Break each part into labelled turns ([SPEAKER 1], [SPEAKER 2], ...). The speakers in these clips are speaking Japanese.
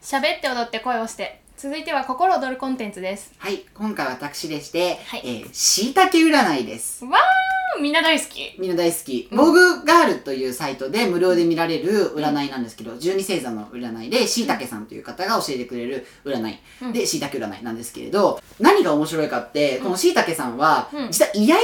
[SPEAKER 1] 喋って踊って声をして続いては心躍るコンテンツです
[SPEAKER 2] はい、今回私でして、
[SPEAKER 1] はい
[SPEAKER 2] えー、椎茸占いです。
[SPEAKER 1] わーみんな大好き
[SPEAKER 2] みんな大好き。
[SPEAKER 1] うん
[SPEAKER 2] ボグガールというサイトで無料で見られる占いなんですけど、12星座の占いで、椎茸さんという方が教えてくれる占い
[SPEAKER 1] うん
[SPEAKER 2] で、椎茸占いなんですけれど、何が面白いかって、この椎茸さんは
[SPEAKER 1] うん、
[SPEAKER 2] 実はイヤイ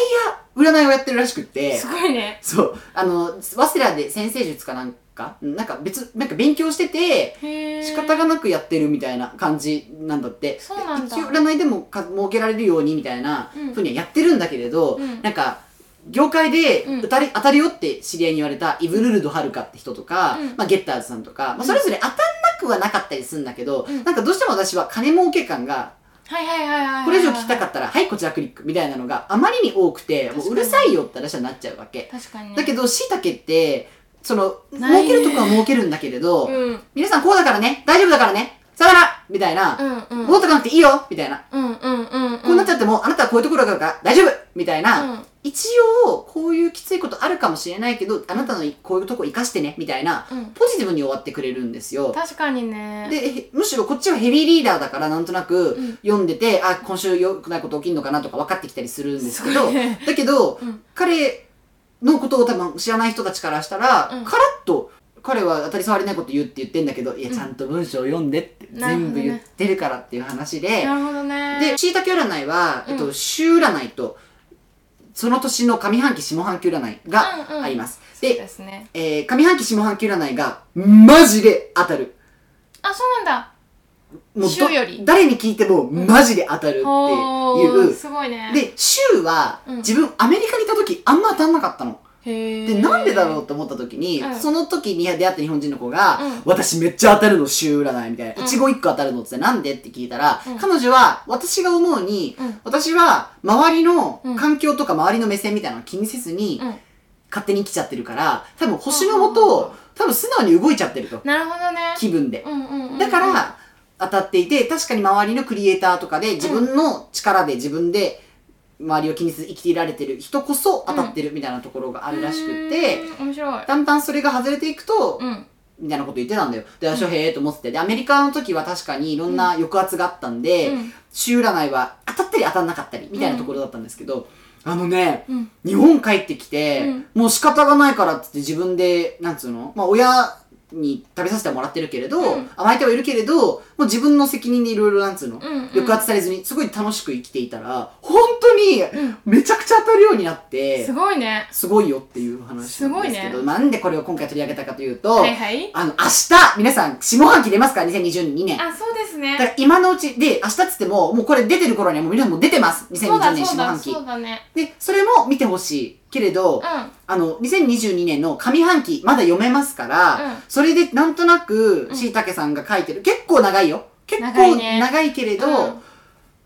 [SPEAKER 2] ヤ占いをやってるらしくって
[SPEAKER 1] す、ごいね
[SPEAKER 2] そう、あの、早稲田で先生術かなんか、なんか別、なんか勉強してて、
[SPEAKER 1] へー
[SPEAKER 2] 仕方がなくやってるみたいな感じなんだって
[SPEAKER 1] そうなんだ
[SPEAKER 2] で一応占いでもか儲けられるようにみたいな
[SPEAKER 1] うん
[SPEAKER 2] ふうにはやってるんだけれど、
[SPEAKER 1] うん
[SPEAKER 2] なんか業界で
[SPEAKER 1] うん
[SPEAKER 2] 当たり,、当たるよって知り合いに言われたイブルルド・ハルカって人とか、
[SPEAKER 1] うん
[SPEAKER 2] まあ、ゲッターズさんとか、まあ、
[SPEAKER 1] ん
[SPEAKER 2] それぞれ当たんなくはなかったりするんだけど、
[SPEAKER 1] うん
[SPEAKER 2] なんかどうしても私は金儲け感が
[SPEAKER 1] はいはいはいはいはいはい
[SPEAKER 2] これ以上聞きたかったら「はいこちらクリック」みたいなのがあまりに多くて
[SPEAKER 1] 確
[SPEAKER 2] も
[SPEAKER 1] か
[SPEAKER 2] う
[SPEAKER 1] に
[SPEAKER 2] うるさいよって私はなっちゃうわけ。
[SPEAKER 1] 確かにね
[SPEAKER 2] だけどしいたけってその儲
[SPEAKER 1] ないね
[SPEAKER 2] けるとこは儲けるんだけれど、
[SPEAKER 1] うんうん
[SPEAKER 2] 皆さんこうだからね、大丈夫だからね、さよならみたいな、
[SPEAKER 1] うん
[SPEAKER 2] 戻ってかなくていいよみたいな。
[SPEAKER 1] うんうんうんうん
[SPEAKER 2] こうなっちゃっても、あなたはこういうところがあるから大丈夫みたいな。
[SPEAKER 1] うん
[SPEAKER 2] 一応、こういうきついことあるかもしれないけど、あなたのこういうとこ生かしてね、みたいな、
[SPEAKER 1] うん
[SPEAKER 2] ポジティブに終わってくれるんですよ。
[SPEAKER 1] 確かにね
[SPEAKER 2] で、へむしろこっちはヘビーリーダーだから、なんとなく
[SPEAKER 1] うん
[SPEAKER 2] 読んでて、あ、今週良くないこと起きんのかなとか分かってきたりするんですけ
[SPEAKER 1] すご
[SPEAKER 2] ど、
[SPEAKER 1] いね
[SPEAKER 2] だけど、
[SPEAKER 1] うん
[SPEAKER 2] 彼のことを多分知らない人たちからしたら、
[SPEAKER 1] うん
[SPEAKER 2] カラッと、彼は当たり障りないこと言うって言ってんだけど、いや、
[SPEAKER 1] うん
[SPEAKER 2] ちゃんと文章を読んでって、
[SPEAKER 1] なるほど
[SPEAKER 2] 全
[SPEAKER 1] ね
[SPEAKER 2] 部言ってるからっていう話で、
[SPEAKER 1] なるほどね
[SPEAKER 2] で、椎茸占いは、えっ
[SPEAKER 1] う
[SPEAKER 2] と、週占いと、その年の上半期下半期占
[SPEAKER 1] う
[SPEAKER 2] い
[SPEAKER 1] んうん
[SPEAKER 2] があります。
[SPEAKER 1] そう
[SPEAKER 2] で、
[SPEAKER 1] ですね
[SPEAKER 2] えー上半期下半期占いが、マジで当たる。
[SPEAKER 1] あそうなんだ
[SPEAKER 2] もうど
[SPEAKER 1] 週より
[SPEAKER 2] 誰に聞いてもマジで当たるっていう
[SPEAKER 1] ー。すごいね
[SPEAKER 2] で、週は、
[SPEAKER 1] うん
[SPEAKER 2] 自分アメリカにいた時あんま当たんなかったの。
[SPEAKER 1] へー
[SPEAKER 2] で、なんでだろうと思った時に、
[SPEAKER 1] うん
[SPEAKER 2] その時に出会った日本人の子が、
[SPEAKER 1] うん
[SPEAKER 2] 私めっちゃ当たるの、週占いみたいな。
[SPEAKER 1] うん
[SPEAKER 2] 一期一句当たるのってなんでって聞いたら、
[SPEAKER 1] うん
[SPEAKER 2] 彼女は私が思うに、
[SPEAKER 1] うん
[SPEAKER 2] 私は周りの
[SPEAKER 1] うん
[SPEAKER 2] 環境とか周りの目線みたいなのを気にせずに、
[SPEAKER 1] うん
[SPEAKER 2] 勝手に来ちゃってるから、多分星のもと
[SPEAKER 1] う
[SPEAKER 2] を、多分素直に動いちゃってると。
[SPEAKER 1] なるほどね
[SPEAKER 2] 気分で。
[SPEAKER 1] うんうんうん
[SPEAKER 2] だから、当たっていて、確かに周りのクリエイターとかで、自分の力で自分で、周りを気にせず生きていられてる人こそ当たってるみたいなところがあるらしくって、
[SPEAKER 1] うーん面白い
[SPEAKER 2] だんだんそれが外れていくと、
[SPEAKER 1] うん
[SPEAKER 2] みたいなこと言ってたんだよ。で、私はへえと思ってて。で、アメリカの時は確かにいろんな抑圧があったんで、
[SPEAKER 1] うん
[SPEAKER 2] 週占いは当たったり当たんなかったり、みたいなところだったんですけど、あのね、
[SPEAKER 1] うん
[SPEAKER 2] 日本帰ってきて、
[SPEAKER 1] うん
[SPEAKER 2] もう仕方がないからっつって自分で、なんつうのまあ、親に食べさせてもらってるけれど、
[SPEAKER 1] うん
[SPEAKER 2] 甘えてはいるけれど、もう自分の責任でいろいろなんつうの、
[SPEAKER 1] うんうん
[SPEAKER 2] 抑圧されずに、すごい楽しく生きていたら、本当に、
[SPEAKER 1] うん
[SPEAKER 2] めちゃくちゃ当たるようになって、
[SPEAKER 1] すごいね
[SPEAKER 2] すごいよっていう話なんですけ
[SPEAKER 1] す
[SPEAKER 2] ど、
[SPEAKER 1] ごいね
[SPEAKER 2] なんでこれを今回取り上げたかというと、
[SPEAKER 1] はいはい
[SPEAKER 2] あの、明日、皆さん、下半期出ますから、2022年。だ
[SPEAKER 1] あそうですね
[SPEAKER 2] から今のうち、で、明日っつっても、もうこれ出てる頃にはもう皆さんもう出てます。
[SPEAKER 1] そう
[SPEAKER 2] 2020
[SPEAKER 1] だ
[SPEAKER 2] 年
[SPEAKER 1] そ
[SPEAKER 2] 下
[SPEAKER 1] うだ
[SPEAKER 2] 半期
[SPEAKER 1] そ。うだね
[SPEAKER 2] で、それも見てほしい。けれど、
[SPEAKER 1] う
[SPEAKER 2] あの、2022年の上半期、まだ読めますから、
[SPEAKER 1] うん
[SPEAKER 2] それでなんとなく
[SPEAKER 1] う、ん
[SPEAKER 2] しいたけさんが書いてる、結構長いよ。結
[SPEAKER 1] 長い
[SPEAKER 2] 構
[SPEAKER 1] ね
[SPEAKER 2] 長いけれど、
[SPEAKER 1] うん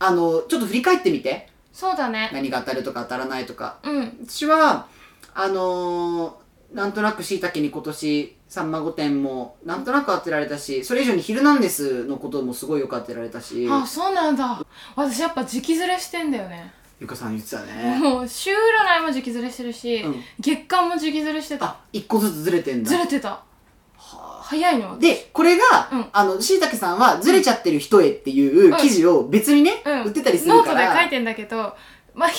[SPEAKER 2] あの、ちょっと振り返ってみて。
[SPEAKER 1] んそうだね
[SPEAKER 2] 何が当たるとか当たらないとか。
[SPEAKER 1] うん
[SPEAKER 2] 私は、あのーなんとなくしいたけに今年、さんま御殿も、なんとなく当てられたし、それ以上にヒルナンデスのこともすごいよく当てられたし、
[SPEAKER 1] あそうなんだ私やっぱ時期ずれしてんだよね
[SPEAKER 2] ゆかさん言ってたね。
[SPEAKER 1] もう週占いも時期ずれしてるし、
[SPEAKER 2] うん
[SPEAKER 1] 月間も時期ずれしてた
[SPEAKER 2] あ、一個ずつずれてんだ。
[SPEAKER 1] ずれてた早いの
[SPEAKER 2] で、これが、
[SPEAKER 1] うん
[SPEAKER 2] あの、しいたけさんは、ずれちゃってる人へっていう記事を別にね、
[SPEAKER 1] うん
[SPEAKER 2] 売ってたりするから。
[SPEAKER 1] ノートで書いてんだけどまあ150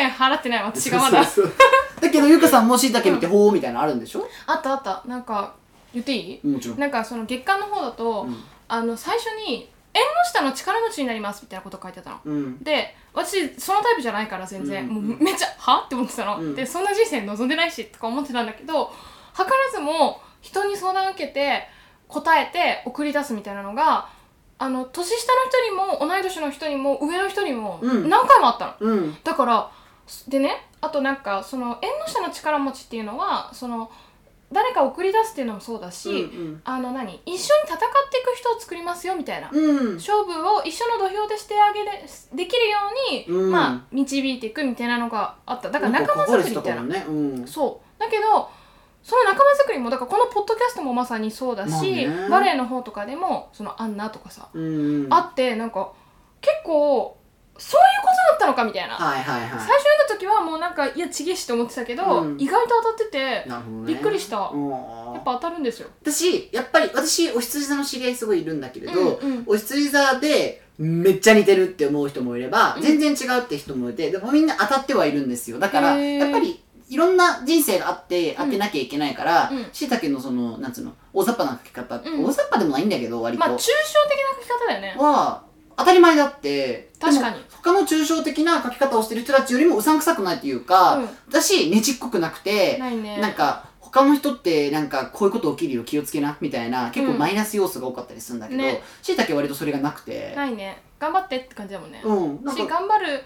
[SPEAKER 1] 円払ってない私がまだ
[SPEAKER 2] そうそうそうだけど、ゆかさんもしいたけ見て、ほうみたいなのあるんでしょ
[SPEAKER 1] あったあったなんか言っていい
[SPEAKER 2] もちろん。
[SPEAKER 1] なんかその月間の方だと、
[SPEAKER 2] うん
[SPEAKER 1] あの最初に縁の下の力持ちになりますみたいなこと書いてたの
[SPEAKER 2] うん。
[SPEAKER 1] で私そのタイプじゃないから全然、
[SPEAKER 2] うん
[SPEAKER 1] もうめっちゃ「は?」って思ってたの、
[SPEAKER 2] うん
[SPEAKER 1] でそんな人生望んでないしとか思ってたんだけど図らずも人に相談受けて答えて送り出すみたいなのがあの年下の人にも同い年の人にも上の人にも
[SPEAKER 2] うん
[SPEAKER 1] 何回もあったの、
[SPEAKER 2] うん。
[SPEAKER 1] だからでねあとなんかその縁の下の力持ちっていうのはその誰か送り出すっていうのもそうだし、
[SPEAKER 2] うん。
[SPEAKER 1] あの何一緒に戦っていく人を作りますよみたいな、
[SPEAKER 2] うん。
[SPEAKER 1] 勝負を一緒の土俵でしてあげれできるように、
[SPEAKER 2] うん
[SPEAKER 1] まあ導いていくみたいなのがあっただから仲間作
[SPEAKER 2] 作り
[SPEAKER 1] りみたいな
[SPEAKER 2] ね。うん。
[SPEAKER 1] そうだけどその仲間作りもだからこのポッドキャストもまさにそうだ
[SPEAKER 2] まあ
[SPEAKER 1] し、
[SPEAKER 2] ね
[SPEAKER 1] バレエの方とかでもそのアンナとかさ、
[SPEAKER 2] うん。
[SPEAKER 1] あってなんか結構そういうことだったったのかみたいな、
[SPEAKER 2] はいは
[SPEAKER 1] 最
[SPEAKER 2] い
[SPEAKER 1] 初読
[SPEAKER 2] は
[SPEAKER 1] んだ時はもうなんかいやちげしと思ってたけど、
[SPEAKER 2] うん
[SPEAKER 1] 意外と当たってて
[SPEAKER 2] い。なるほどね。
[SPEAKER 1] びっくりした
[SPEAKER 2] うん
[SPEAKER 1] やっぱ当たるんですよ
[SPEAKER 2] 私、やっぱり、私、お羊座の知り合いすごいいるんだけれど、
[SPEAKER 1] うんうん
[SPEAKER 2] お羊座で、めっちゃ似てるって思う人もいれば、
[SPEAKER 1] うん
[SPEAKER 2] 全然違うって人もいて、でもみんな当たってはいるんですよ。だから、
[SPEAKER 1] へー
[SPEAKER 2] やっぱり、いろんな人生があって、当てなきゃいけないから
[SPEAKER 1] うん、
[SPEAKER 2] しいたけのその、なんつうの、大雑把な書き方、
[SPEAKER 1] うん
[SPEAKER 2] 大雑把でもないんだけど、割と。
[SPEAKER 1] まあ抽象的な書き方だよね
[SPEAKER 2] は当たり前だって
[SPEAKER 1] 確かに
[SPEAKER 2] でも他の抽象的な書き方をしてる人たちよりもうさんくさくないっていうか、
[SPEAKER 1] うん
[SPEAKER 2] 私ねちっこくなくて
[SPEAKER 1] ないね
[SPEAKER 2] なんか他の人ってなんかこういうこと起きるよ気をつけなみたいな結構マイナス要素が多かったりするんだけど
[SPEAKER 1] ね
[SPEAKER 2] しいたけ割とそれがなくて
[SPEAKER 1] ないね頑張ってって感じだもんね、
[SPEAKER 2] うんなん
[SPEAKER 1] し
[SPEAKER 2] か
[SPEAKER 1] 頑張る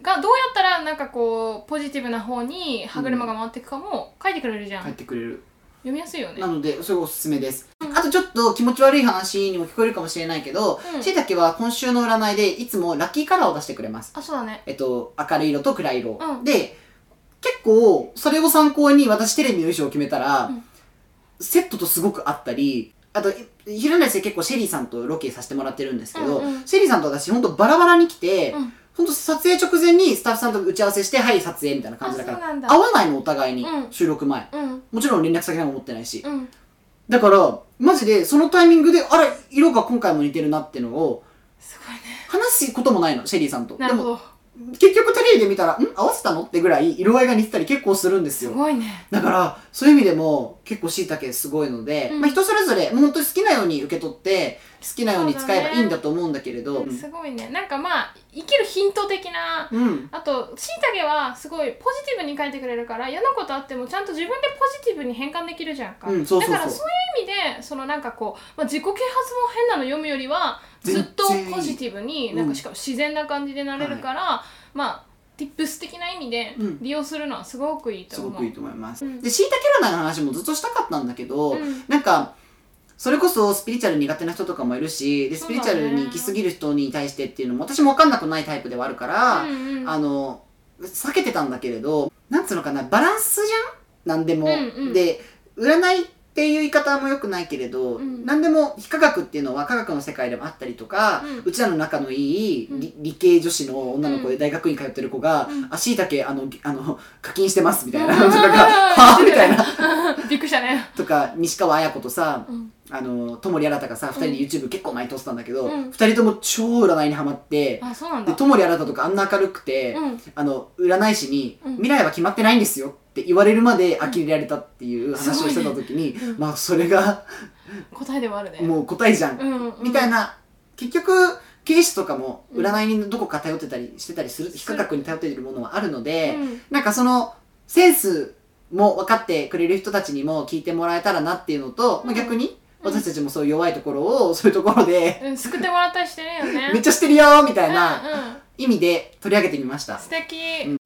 [SPEAKER 1] がどうやったらなんかこうポジティブな方に歯車が回っていくかも書いてくれるじゃん、
[SPEAKER 2] 帰ってくれる
[SPEAKER 1] 読みやすいよね
[SPEAKER 2] なのでそれがおすすめです、あとちょっと気持ち悪い話にも聞こえるかもしれないけど
[SPEAKER 1] うん
[SPEAKER 2] しいたけは今週の占いでいつもラッキーカラーを出してくれます
[SPEAKER 1] あそうだね
[SPEAKER 2] えっと、明るい色と暗い色。
[SPEAKER 1] うん
[SPEAKER 2] で、結構、それを参考に私テレビの衣装を決めたら、
[SPEAKER 1] うん
[SPEAKER 2] セットとすごく合ったり、あと、い昼寝して結構シェリーさんとロケさせてもらってるんですけど、
[SPEAKER 1] うんうん
[SPEAKER 2] シェリーさんと私ほんとバラバラに来て、
[SPEAKER 1] うん
[SPEAKER 2] ほんと撮影直前にスタッフさんと打ち合わせして、はい、撮影みたいな感じだか
[SPEAKER 1] あそうなんだ
[SPEAKER 2] ら、合わないのお互いに、
[SPEAKER 1] うん
[SPEAKER 2] 収録前。
[SPEAKER 1] うん
[SPEAKER 2] もちろん連絡先なんか持ってないし。
[SPEAKER 1] うん
[SPEAKER 2] だから、マジでそのタイミングで、あれ、色が今回も似てるなってのを、
[SPEAKER 1] すごいね
[SPEAKER 2] 話すこともないの、シェリーさんと。
[SPEAKER 1] なるほど
[SPEAKER 2] 結局テレビで見たら、ん合わせたのってぐらい色合いが似てたり結構するんです
[SPEAKER 1] す
[SPEAKER 2] よ。
[SPEAKER 1] ごいね
[SPEAKER 2] だから、そういう意味でも結構椎茸すごいので、
[SPEAKER 1] うん
[SPEAKER 2] まあ人それぞれ、もう本当に好きなように受け取って、好きなように使えばいいんだと思うんだけれど。
[SPEAKER 1] すごいねなんかまあ生きるヒント的な
[SPEAKER 2] うん。
[SPEAKER 1] あとしいたけはすごいポジティブに書いてくれるから嫌なことあってもちゃんと自分でポジティブに変換できるじゃんか、
[SPEAKER 2] うんそうそうそう
[SPEAKER 1] だからそういう意味でそのなんかこう、まあ、自己啓発も変なの読むよりはずっと
[SPEAKER 2] 全然いい
[SPEAKER 1] ポジティブに
[SPEAKER 2] うん
[SPEAKER 1] なんかしかも自然な感じでなれるから、まあ tips 的な意味で
[SPEAKER 2] うん
[SPEAKER 1] 利用するのはすごくいいと
[SPEAKER 2] す
[SPEAKER 1] 思
[SPEAKER 2] ご
[SPEAKER 1] う、
[SPEAKER 2] くいいと思います。
[SPEAKER 1] うん
[SPEAKER 2] で、椎茸占いの話もずっとしたかったんだけど、
[SPEAKER 1] うん
[SPEAKER 2] なんか、それこそスピリチュアル苦手な人とかもいるし、で、スピリチュアル
[SPEAKER 1] そうだ
[SPEAKER 2] に
[SPEAKER 1] ね
[SPEAKER 2] 行き過ぎる人に対してっていうのも私もわかんなくないタイプではあるから、
[SPEAKER 1] うんうん
[SPEAKER 2] あの、避けてたんだけれど、なんつうのかな、バランスじゃんなんでも、
[SPEAKER 1] うんうん
[SPEAKER 2] で、占いっていう言い方も良くないけれど、
[SPEAKER 1] うん
[SPEAKER 2] なんでも非科学っていうのは科学の世界でもあったりとか、
[SPEAKER 1] うん
[SPEAKER 2] ちらの仲のいい
[SPEAKER 1] うん
[SPEAKER 2] 理,、理系女子の女の子
[SPEAKER 1] う
[SPEAKER 2] で
[SPEAKER 1] ん
[SPEAKER 2] 大学院通ってる子が、
[SPEAKER 1] うん
[SPEAKER 2] あ、しいたけ、あの、ぎあの、課金してます みたいな、
[SPEAKER 1] うん
[SPEAKER 2] とかが、はぁみた いな、
[SPEAKER 1] びっくりしたね、
[SPEAKER 2] とか、西川綾子とさ、
[SPEAKER 1] うん
[SPEAKER 2] あの、ともりあらたがさ、二人で YouTube 結構前に撮ってたんだけど、
[SPEAKER 1] う
[SPEAKER 2] 二、
[SPEAKER 1] ん
[SPEAKER 2] 人とも超占いにハマって、
[SPEAKER 1] あそうなん
[SPEAKER 2] で、
[SPEAKER 1] だ
[SPEAKER 2] ともりあらたとかあんな明るくて、
[SPEAKER 1] うん
[SPEAKER 2] あの、占い師に、
[SPEAKER 1] うん
[SPEAKER 2] 未来は決まってないんですよって言われるまで呆れられたっていう話をしてた時
[SPEAKER 1] す
[SPEAKER 2] に、
[SPEAKER 1] ごいねうん
[SPEAKER 2] まあ、それが
[SPEAKER 1] 答えでもあるね
[SPEAKER 2] もう答えじゃん。
[SPEAKER 1] うんうん
[SPEAKER 2] みたいな、結局、警視とかも
[SPEAKER 1] うん
[SPEAKER 2] 占いにどこか頼ってたりしてたりする、非科学に頼っているものはあるので、
[SPEAKER 1] うん
[SPEAKER 2] なんかその、センスも分かってくれる人たちにも聞いてもらえたらなっていうのと、まあ、逆に、
[SPEAKER 1] うん
[SPEAKER 2] 私たちもそういう弱いところを、そういうところで、
[SPEAKER 1] うん、救って もらったりしてるよね
[SPEAKER 2] めっちゃしてるよーみたいな
[SPEAKER 1] うんうん
[SPEAKER 2] 意味で取り上げてみました。
[SPEAKER 1] 素敵、
[SPEAKER 2] うん